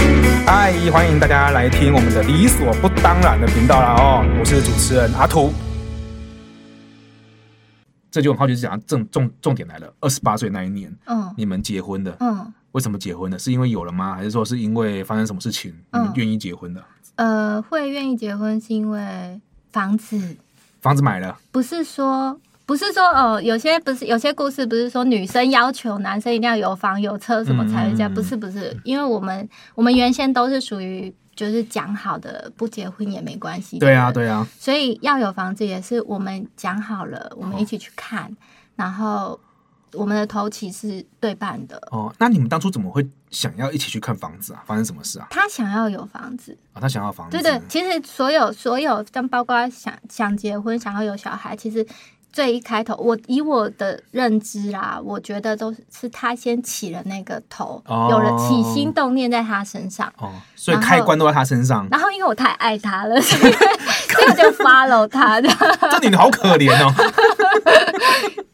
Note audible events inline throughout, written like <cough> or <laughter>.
集，欢迎大家来听我们的理所不当然的频道啦哦，我是主持人阿图。这就很好奇，是讲重重重点来了，二十八岁那一年，嗯你们结婚的，嗯为什么结婚的？是因为有了吗？还是说是因为发生什么事情，你们嗯愿意结婚的？呃，会愿意结婚是因为房子，房子买了，不是说不是说哦，有些不是有些故事不是说女生要求男生一定要有房有车什么才会嫁，嗯嗯嗯不是不是，因为我们我们原先都是属于就是讲好的，不结婚也没关系。对啊，，对啊，所以要有房子也是我们讲好了，我们一起去看，哦然后我们的头期是对半的。哦，那你们当初怎么会想要一起去看房子啊？发生什么事啊？他想要有房子，啊，他想要房子，对对，其实所有所有，像包括想想结婚、想要有小孩，其实最一开头，我以我的认知啦，我觉得都是是他先起了那个头，哦有了起心动念在他身上。哦，所以然后开关都在他身 <laughs> 上。然后因为我太爱他了， <laughs> 所以所以我就 follow 他的。这女的好可怜哦。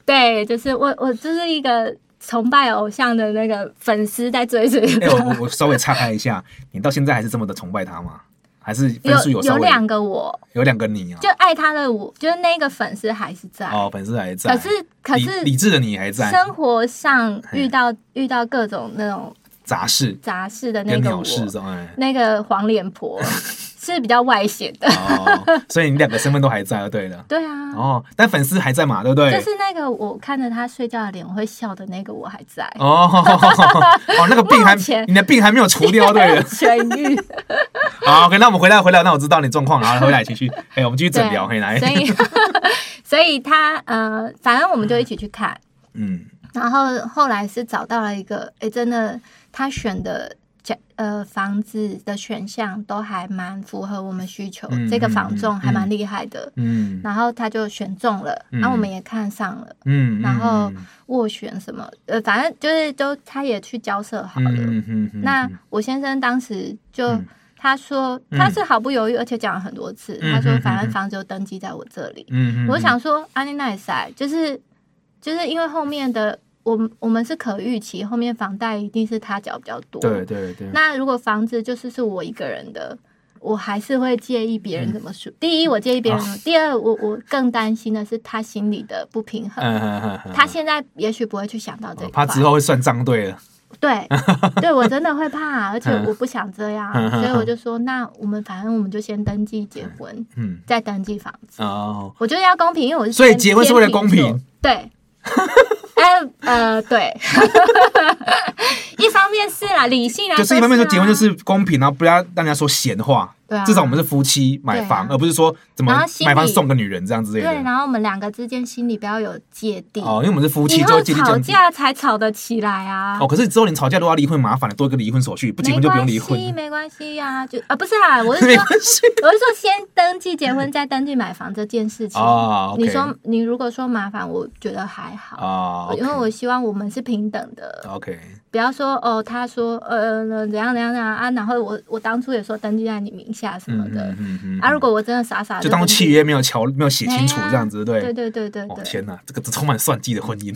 对，就是我我就是一个崇拜偶像的那个粉丝在追随 <laughs> 哎、他。我我我稍微岔开一下，你到现在还是这么的崇拜他吗？还是分数有稍有微两个我，有两个你啊？就爱他的我，就是那个粉丝还是在，哦，粉丝还在，可是可是理理智的你还在，生活上嘿遇到遇到各种那种杂事杂事的那跟个鸟我，事这种哎。那个黄脸婆 <laughs> 是比较外显的。哦，所以你两个身份都还在，对了。对啊，哦，但粉丝还在嘛，对不对？就是那个我看着他睡觉的脸，我会笑的那个我还在，哦， <laughs> 哦，那个病还目前你的病还没有除掉，哦对了。 <laughs> 痊 <laughs> 愈。好，OK，那我们回来回来，那我知道你状况，然后回来继续。哎，我们继续诊疗，嘿，对，啊来所，以 <laughs> 所以他呃，反正我们就一起去看，嗯，然后后来是找到了一个，哎，真的他选的。家呃，房子的选项都还蛮符合我们需求，嗯这个嗯房嗯仲还蛮嗯厉害的。嗯然后他就选中了，嗯然后我们也看上了嗯，然后嗯斡旋什么，呃，反正就是都他也去交涉好了。嗯嗯嗯，那我先生当时就、嗯他说嗯他是毫不犹豫，而且讲了很多次，嗯他说嗯反嗯正房子就登记在我这里。嗯，嗯我想说啊安妮奈塞就是就是因为后面的我们我们是可预期，后面房贷一定是他缴比较多。对对对，那如果房子就是是我一个人的，我还是会介意别人怎么说。嗯第一，我介意别人怎哦么；第二，我我更担心的是他心里的不平衡。嗯嗯嗯嗯，他现在也许不会去想到这一嗯块，怕之后会算账，对了， <laughs> 对对，我真的会怕，而且嗯我不想这样，嗯嗯嗯所以我就说，那我们反正我们就先登记结婚，嗯，再登记房子。哦，我觉得要公平，因为我是所以天结婚是为了公平，天秤座 <laughs> 对。哎呃，对， <laughs> 一方面是啦，理性啊啦，就是一方面说都结婚啦就是公平，然后不要让人家说闲话，对啊至少我们是夫妻买房，对啊而不是说怎么然后心里买房送个女人这样之类对，的。然后我们两个之间心里不要有芥蒂，哦，因为我们是夫妻，以就后会建立这吵种。架才吵得起来啊。哦，可是之后你吵架如果要离婚，麻烦了，多一个离婚手续，不没结婚就不用离婚关，系，没关系呀、就啊，不是 <laughs> 啊，我是没说，关系。我是说，先登记结婚，再登记买房这件事情。哦，OK 你说你如果说麻烦，我觉得还好，哦，因为我希望我们是平等的， OK，不要说哦，他说呃怎样怎样怎样啊，然后我我当初也说登记在你名下什么嗯的、嗯嗯嗯，啊，如果我真的傻傻地就当登记契约没有瞧，没有写清楚哎呀这样子，对对。对对对哦对，天哪，这个充满算计的婚姻，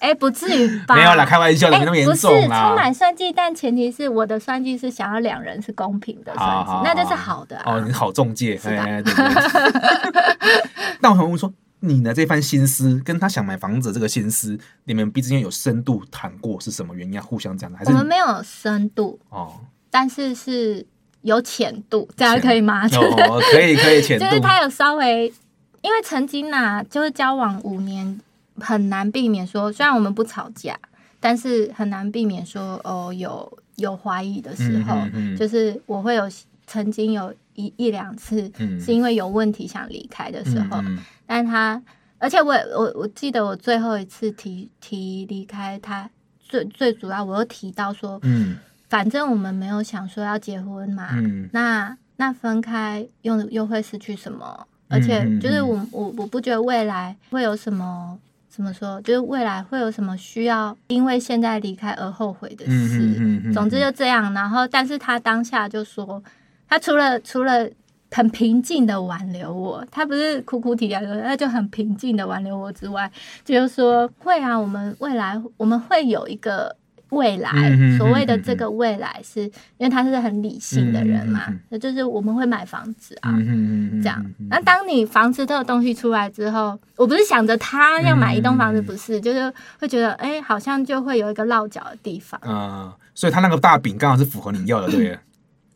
哎、不至于 <laughs> 吧？ <laughs> 没有啦，开玩笑的，哎，没那么严不是重充啦。满算计，但前提是我的算计是想要两人是公平的好算计好，那就是好的啊哦，你。好中介，是吧哎，对对。那我想问说，你的这番心思跟他想买房子这个心思，你们彼此之间有深度谈过是什么原因啊？互相这样的，还我是们没有深度，哦，但是是有浅度，这样浅可以 <laughs> 吗？就哦，可以可以浅是度，他有稍微，因为曾经呐、就是交往五年，很难避免说，虽然我们不吵架，但是很难避免说哦有有怀疑的时候，嗯嗯嗯就是我会有曾经有一一两次嗯是因为有问题想离开的时候，嗯但他，而且我也我我记得我最后一次提提离开他，最最主要我又提到说，嗯反正我们没有想说要结婚嘛，嗯那那分开又又会失去什么？而且嗯嗯就是嗯我我我不觉得未来会有什么怎么说，就是未来会有什么需要因为现在离开而后悔的嗯嗯事。嗯嗯，总之就这样。然后，但是他当下就说，他除了除了很平静的挽留我，他不是哭哭啼啼的，他哎就很平静的挽留我之外，就是说会啊，我们未来我们会有一个未来，嗯嗯嗯所谓的嗯嗯这个未来是，因为他是很理性的人嘛，嗯嗯嗯那就是我们会买房子啊，嗯嗯嗯，这样嗯。那当你房子这个东西出来之后，我不是想着他要买一栋房子，嗯嗯嗯不是，就是会觉得，哎、好像就会有一个落脚的地方。啊，所以他那个大饼刚好是符合你要的，对了。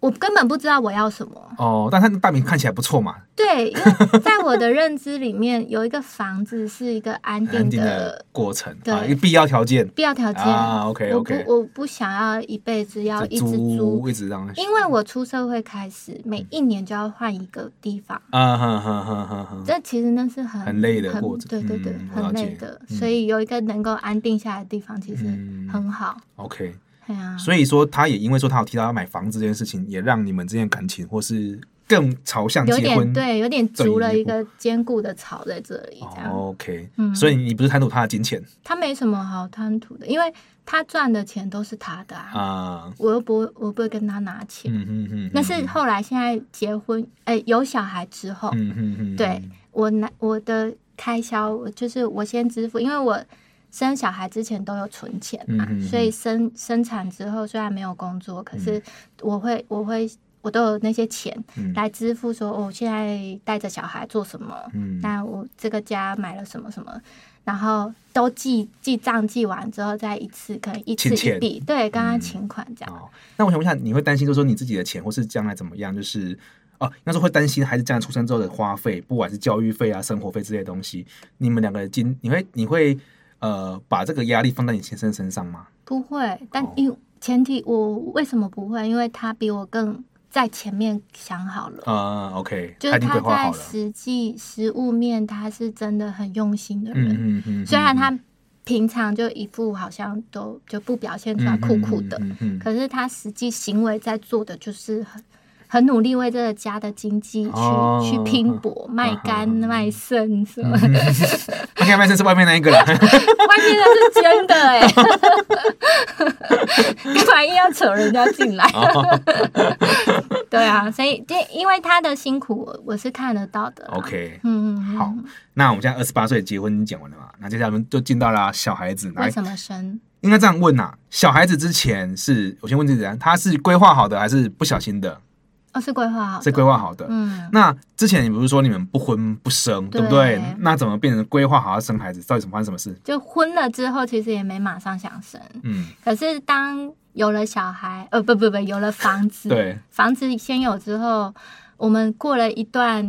我根本不知道我要什么。哦，但他那大饼看起来不错嘛，对，因为在我的认知里面，有一个房子是一个安安定定的的过程对啊，一个必要条件必要条件。啊。OK 我不 OK，我不想要一辈子要一直租，租一直让它，因为我出社会开始，每一年就要换一个地方。啊哈哈哈哈哈。这其实那是很很累的过程对对对，嗯我了很解累的。嗯所以有一个能够安定下来的地方，其实嗯很好。 OK，对啊，所以说他也因为说他有提到要买房子这件事情，也让你们之间的感情或是更朝向有结点婚。对，有点筑了一走个坚固的巢在这里，这样。哦 OK，嗯所以你不是贪图他的金钱他没什么好贪图的，因为他赚的钱都是他的啊，啊？我又不会，我不会跟他拿钱。嗯嗯嗯，那是后来现在结婚，哎、有小孩之后，嗯嗯嗯，对我拿我的开销，我就是我先支付，因为我生小孩之前都有存钱嘛，嗯嗯嗯所以生生产之后虽然没有工作，可是我会我会我都有那些钱嗯来支付说，哦我现在带着小孩做什么，嗯那我这个家买了什么什么，然后都记记账记完之后再一次可能一次请钱一笔，对，跟他嗯请款这样。哦，那我想问一下，你会担心就是说你自己的钱，或是将来怎么样？就是哦，那时候会担心孩子将来出生之后的花费，不管是教育费啊、生活费之类的东西。你们两个的经，你会你会呃把这个压力放在你先生身上吗？不会，但哦因前提我为什么不会？因为他比我更在前面想好了。呃，OK，就他是已经他规划好在了。实际实物面，他是真的很用心的人。嗯嗯嗯，虽然嗯他平常就一副好像都就不表现出来嗯酷酷的，嗯嗯嗯嗯可是他实际行为在做的就是很很努力为这个家的经济去、哦去拼搏，卖肝、卖肾什么，外面嗯他看外面是外面那一个啦，的是真的哎、 <laughs> 干嘛硬要扯人家进来？哦 <laughs> 对啊，所以这因为他的辛苦，我我是看得到的啦。 ，OK。嗯，嗯，嗯好，那我们现在二十八岁结婚已经讲完了嘛？那接下来我们就进到了小孩子，来为什么生？应该这样问呐、小孩子之前是，我先问这人，他是规划好的还是不小心的？哦，是规划好的，是规划好的。嗯，那之前你不是说你们不婚不生，对不对对？那怎么变成规划好要生孩子？到底怎么发生什么事？就婚了之后，其实也没马上想生，嗯，可是当有了小孩，呃，不不不，有了房子，，对，房子先有之后，我们过了一段，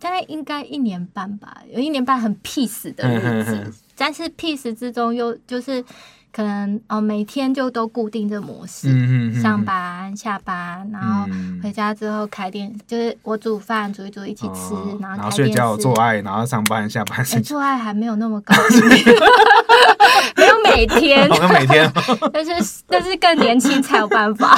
大概应该一年半吧，有一年半很 peace 的日嗯嗯嗯子，但是 peace 之中又就是可能哦，每天就都固定这模式，嗯上，班下班，然后。嗯回家之后开电，就是我煮饭煮一煮一起吃，哦然然后后开睡电觉、视，做爱，然后上班、下班， <laughs> 哎，睡觉，做爱还没有那么高级， <laughs> 没有每 <laughs> 天，好像每天但是但是更年轻才有办法。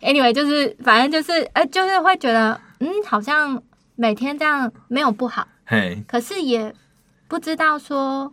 anyway，就是反正就是呃，就是会觉得嗯，好像每天这样没有不好，嘿，可是也不知道说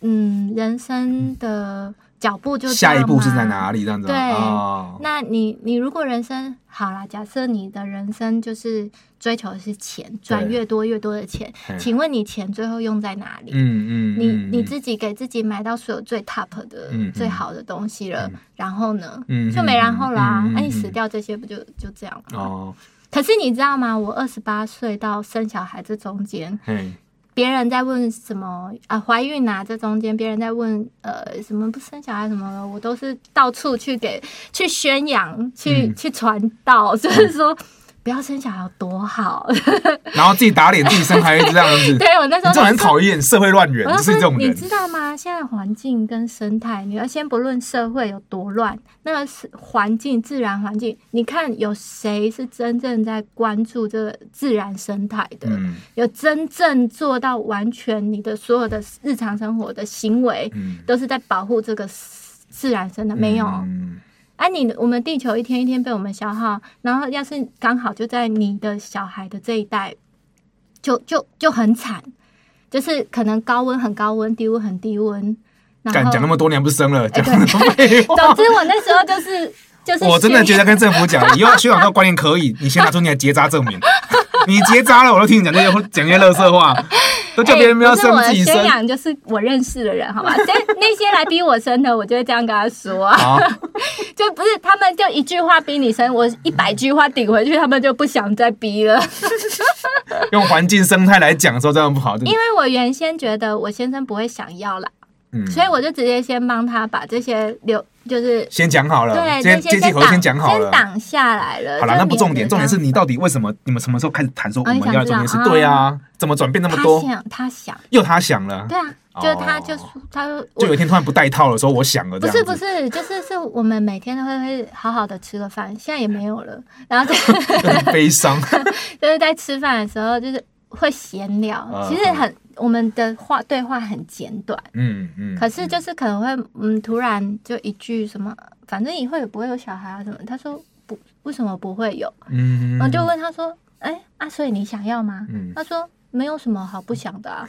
嗯，人生的脚步就这下一样步是吗在？哪里？这样子吗对哦，那你你如果人生好啦，假设你的人生就是追求的是钱，赚对越多越多的钱，嘿请问你钱最后用在哪里？嗯嗯，你嗯你自己给自己买到所有最 top 的、嗯嗯最好的东西了，嗯然后呢，嗯就没然后啦、啊。嗯嗯嗯你死掉这些不就就这样了吗？哦，可是你知道吗？我二十八岁到生小孩这中间，嘿，别人在问什么啊，怀孕啊，这中间别人在问呃什么不生小孩什么的，我都是到处去给去宣扬、去、嗯去传道， <laughs> 就是说。不要生小孩有多好， <laughs> 然后自己打脸，自己生孩子这样子，你对我那时这候种就很说讨厌，社会乱源，我你要是这说，种你人，知道吗？现在环境跟生态，你要先不论社会有多乱，那个是环境、自然环境，你看有谁是真正在关注这个自然生态的？嗯有真正做到完全你的所有的日常生活的行为，嗯，都是在保护这个自然生态？没有。嗯啊你，我们地球一天一天被我们消耗，然后要是刚好就在你的小孩的这一代，就就就很惨，就是可能高温很高温，低温很低温，然敢后讲那么多年不生了，讲对那么多废 <laughs> 话总之我那时候就是就是我真的学觉得跟政府讲，以后学长这个观念可以，你先拿出你的结扎证明。 <laughs> 你结扎了，我都听你讲这些讲这些乐色话，都叫别人不要生哎不是我自的己宣生。扬就是我认识的人，好吧？但那些来逼我生的，我就会这样跟他说啊， <laughs> 好，就不是他们就一句话逼你生，我一百句话顶回去，他们就不想再逼了。 <laughs> 用环境生态来讲的时候，这样不好。因因为我原先觉得我先生不会想要啦，嗯，所以我就直接先帮他把这些留，就是先讲好了，对先那呃接些几先口先挡讲好了。挡下来了。好了，就那不免重得点，他重点是你到底为什么你们什么时候开始谈说我哦你们想要知做这件道事？啊对啊，怎么转变那么他多？想，他想，又他想了，对啊，就是他哦就说他说就有我一天突然不带套的时候，我想了这样不子。是不是，就是是我们每天都会会好好的吃个饭，现在也没有了，然 <laughs> 后就很悲 <laughs> 伤。就是在吃饭的时候就是会闲聊，嗯其实很我们的话对话很简短。嗯嗯。可是就是可能会，嗯，突然就一句什么，反正以后也不会有小孩啊什么。他说不，为什么不会有？嗯，我就问他说，哎、啊，所以你想要吗？嗯他说没有什么好不想 <laughs> 的啊，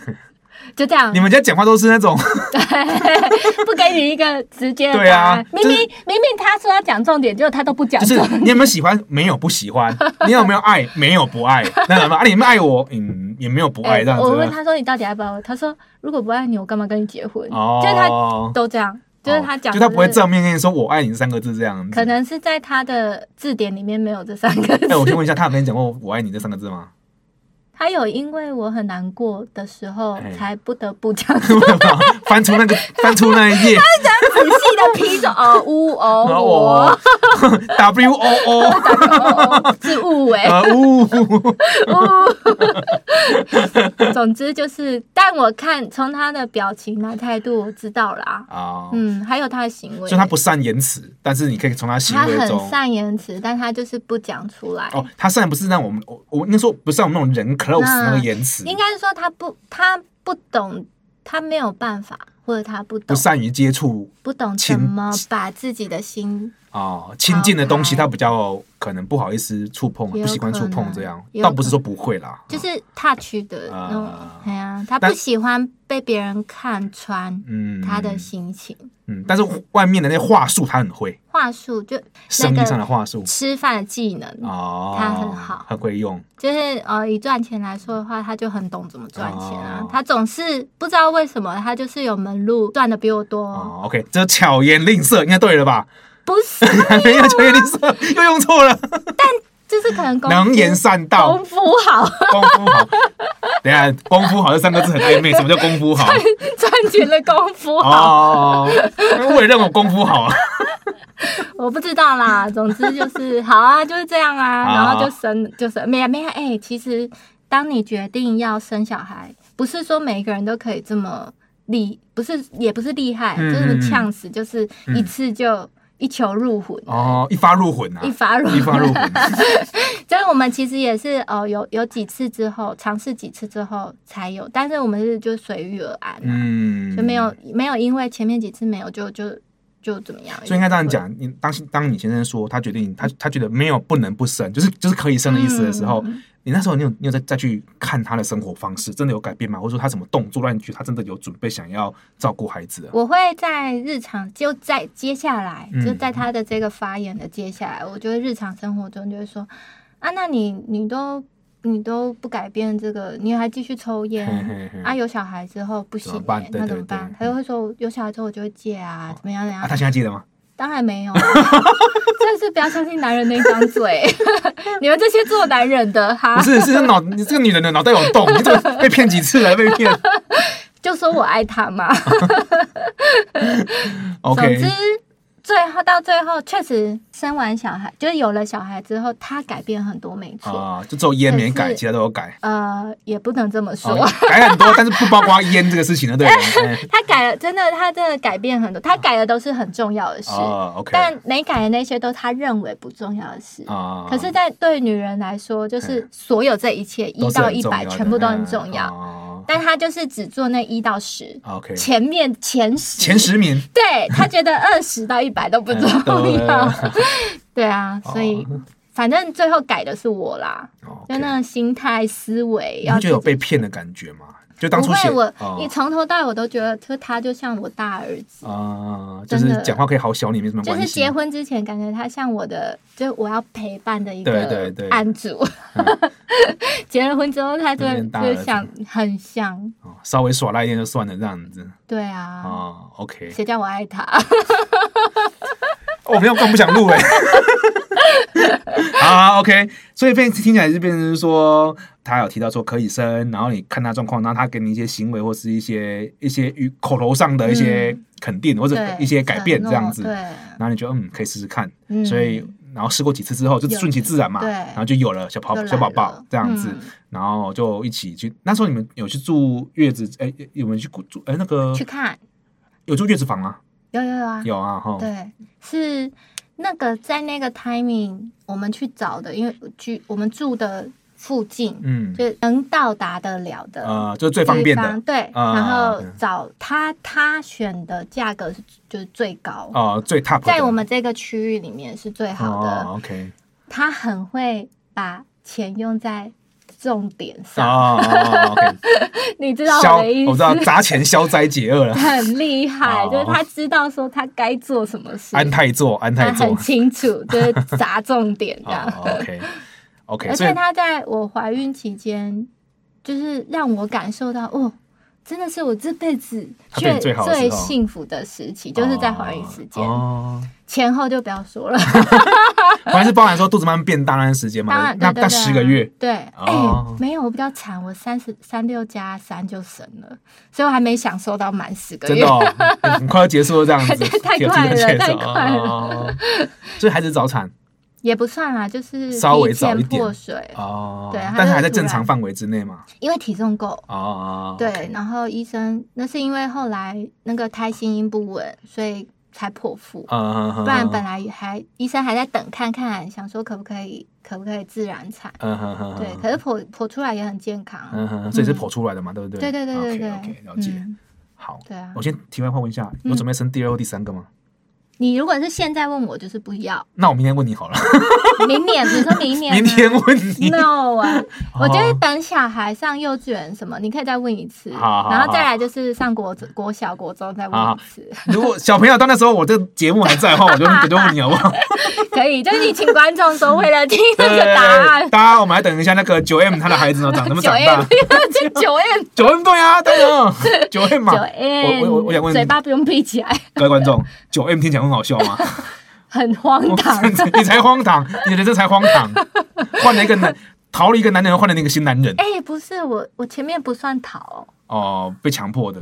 就这样你，们家讲话都是那种不给你一个直接的对答啊案。就明是明明明他说要讲重点，结果他都不讲就重是点。你有没有喜欢？没有不喜 <laughs> 欢。你有没有爱？没有不爱。那什么啊？你有没有爱我？嗯，也没有不爱哎这样我问子。他说你到底爱不爱我？他说如果不爱你，我干嘛跟你结婚？哦，就是他都这样，就是他讲、就他不会正面跟你说“我爱你”三个字这样子。可能是在他的字典里面没有这三个字。哎，我先问一下，他有跟你讲过“我爱你”这三个字吗？他有因为我很难过的时候哎，才不得不讲 <laughs> 仔细翻出那 <laughs> 个，翻出那一页，的批着哦，呜哦，然后我我 <laughs> W O <laughs> O，哦哦 <laughs> 是误哎呃呜，呜。 <laughs> 总之就是，但我看从他的表情啊态度，我知道啦。啊，嗯，还有他的行为，所以他不善言辞，但是你可以从他行他为很中。善言辞，但他就是不讲出来。哦，他善不是让我们，我我应该说不是让我们那种人 close 那那个言辞，应该是说他不，他不懂，他没有办法，或者他不不懂，善于接触不懂亲怎么把自己的心啊亲近的东西，好他比较可能不好意思触碰，哦啊也有不习惯触可碰能这样也，有倒不是说不会啦，就啊是 touch 的那种啊，哎呀，他但不喜欢被别人看穿嗯他的心情。嗯，但是外面的那话术他很会，话术就生意上的话术吃饭的技能，哦，他很好很会用，就是呃，以赚钱来说的话，他就很懂怎么赚钱啊哦。他总是不知道为什么，他就是有门路，赚的比我多。哦，OK，这巧言令色应该对了吧？不是，还 <laughs> 没有巧言令色，又用错了，就是可能功 <laughs> 夫能言善道功，夫好， <laughs> 功夫好。等一下，功夫好这三个字很暧昧，什么叫功夫好？赚钱的功夫好，哦，我也认为功夫好啊。我不知道啦。总之就是好啊，就是这样啊，好然后就生，就生，没有没有，哎、其实当你决定要生小孩，不是说每一个人都可以这么厉，不是也不是厉害，嗯就是嗯这嗯么呛死，就是一次就一球入魂。哦，一发入魂啊，一发入一发入魂，魂。就是我们其实也是哦，有有几次之后尝试几次之后才有，但是我们是就随遇而安、啊，嗯，就没有没有因为前面几次没有就就就怎么样，所以应该这样讲，你当当你先生说他决定他他觉得没有不能不生，就是就是可以生的意思的时嗯候，你那时候你有你有再再去看他的生活方式，真的有改变吗？或者说他什么动作让你觉得他真的有准备想要照顾孩子了？我会在日常就在接下来，嗯就在他的这个发言的接下来，我就会日常生活中就会说啊，那你你都你都不改变这个，你还继续抽烟。嘿嘿嘿啊，有小孩之后不行、怎么办欸，对那怎么对办对？他就会说，有小孩之后我就会戒啊，怎么样怎么啊，样他？现在记得吗？当然没有啊，真的是不要相信男人那张嘴， <laughs> 你们这些做男人的哈不，是，是这脑你这个女人的脑袋有洞，你怎么被骗几次了？被 <laughs> 骗就说我爱他嘛。 <laughs> ？OK，总之，最后到最后，确实生完小孩，就是有了小孩之后，他改变很多，没错。啊，就只有烟没可改，是其他都有改。呃，也不能这么说，哦，改很多，但是不包括烟这个事情的， <laughs> 对哎不对？他改了，真的，他真的改变很多，他改的都是很重要的事，哦，OK，但没改的那些都他认为不重要的事。啊，可是，在对女人来说，就是所有这一切一都是到很一重要百的全部都很重要，嗯但他就是只做那一到十，哦，OK，前面前十，前十名。对他觉得二十到一百都不 <laughs> 重要， <laughs> 对啊，哦所以反正最后改的是我啦，就那个心态思维你要会觉得有自己被骗的感觉吗？就当不初写会，我哦你从头到尾我都觉得，就他就像我大儿子，啊，就真是的讲话可以好小你，没什么就是关系结。婚之前感觉他像我的，就是我要陪伴的一个对对对嗯案主， <laughs> 结了婚之后，他就有点大就儿子想很想，哦，稍微耍赖一点就算了，这样子对啊，哦 OK，谁叫我爱他？哦我没有更不想录 <laughs> 哎。好好，OK，所以变听起来就变成是说，他有提到说可以生，然后你看他状况，然后他给你一些行为或是一些一些语口头上的一些嗯肯定、或者对，一些改变承这诺样子，对，然后你就嗯可以试试看，嗯所以然后试过几次之后就有顺其自然嘛，对然后就有了小宝就来小宝宝了这样子，嗯然后就一起去。那时候你们有去住月子，哎、有没有去住哎、那个去看，有住月子房吗？有有有啊，有啊，哈，对，是那个在那个 timing 我们去找的，因为居我们住的附近，嗯，就能到达得了的呃，就是最地方，方便的。对，啊然后嗯找他他选的价格是就是最高，哦，最 top 的在我们这个区域里面是最好的。哦、OK 他很会把钱用在重点哦上，哦哦，OK， <laughs> 你知道消我的意我知思，道砸钱消灾解 <laughs> 厄了，很厉害，哦就是他知道说他该做什么事，安泰座安他泰座很清楚，就是砸重点这哦样。 ，OK OK，而所以且他在我怀孕期间，就是让我感受到，哦，真的是我这辈子他对最你最好的时候幸福的时期，就是在怀孕时间、哦，前后就不要说了。反正是包含说肚子慢慢变大那段时间当嘛，然，那对那十个月，，对对啊对，哎、哦没有，我比较惨，我三十三六加三就生了，所以我还没享受到满十个真月。，的哦，很快要结束了这样子 <laughs> 太有提快前介绍了太快了哦所以孩子早产也不算啦，就是稍微提前早一点破水，哦，对他但是就还在突正然常范围之内嘛，因为体重够。哦哦，对 OK 然后医生那是因为后来那个胎心音不稳，所以才剖腹。嗯，不不然本来也还医生还在等看看，想说可不可以可不可以自然产，嗯哼哼，对，可是剖剖出来也很健康，嗯哼，所以是嗯剖出来的嘛，对不对？对对对对对 o k o k 了解。嗯好，对啊我。先题外话问一下，有准备生第二或第三个吗？你如果是现在问我，就是不要，那我明天问你好了，明年，比如说明年啊，明天问你。 No 啊，哦我觉得等小孩上幼稚园什么，你可以再问一次，好好然后再来就是上国国小、国中再问一次， <laughs> 如果小朋友到那时候我这节目还在的话，我就我就问你好不 <laughs> 好？可以，就是你请观众说为了听这对对个答案对，，大家我们来等一下那个九 M 他的孩 <laughs> 子呢长怎么九长 M 大？这 <laughs> 九 M 九 M 对啊，当然 <laughs> 哦九 M 嘛九。M，我我我想问嘴巴不用闭起来，各位观众，九 M 听起来很好笑 <laughs> 吗？。很荒唐 <laughs> 你才荒唐，你的这才荒唐，换了一个男，逃了一个男人，换了那个新男人哎、不是我，我前面不算逃哦、哦，被强迫的。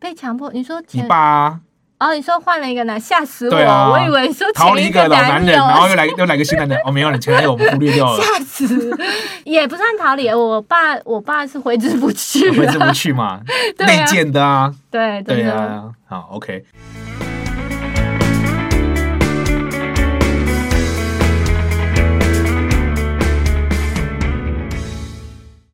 被强迫。你说你前爸啊哦，你说换了一个男，吓死我！对啊我以为 <laughs> 说逃离前一个个老男人，友然后又来又来个新男人，哦，没有了，前男友我们忽略掉了， <laughs> 吓死，也不算逃离。我爸，我爸是挥之不去挥之了。不去嘛，对啊内建的啊，对，真对的。啊，好，OK。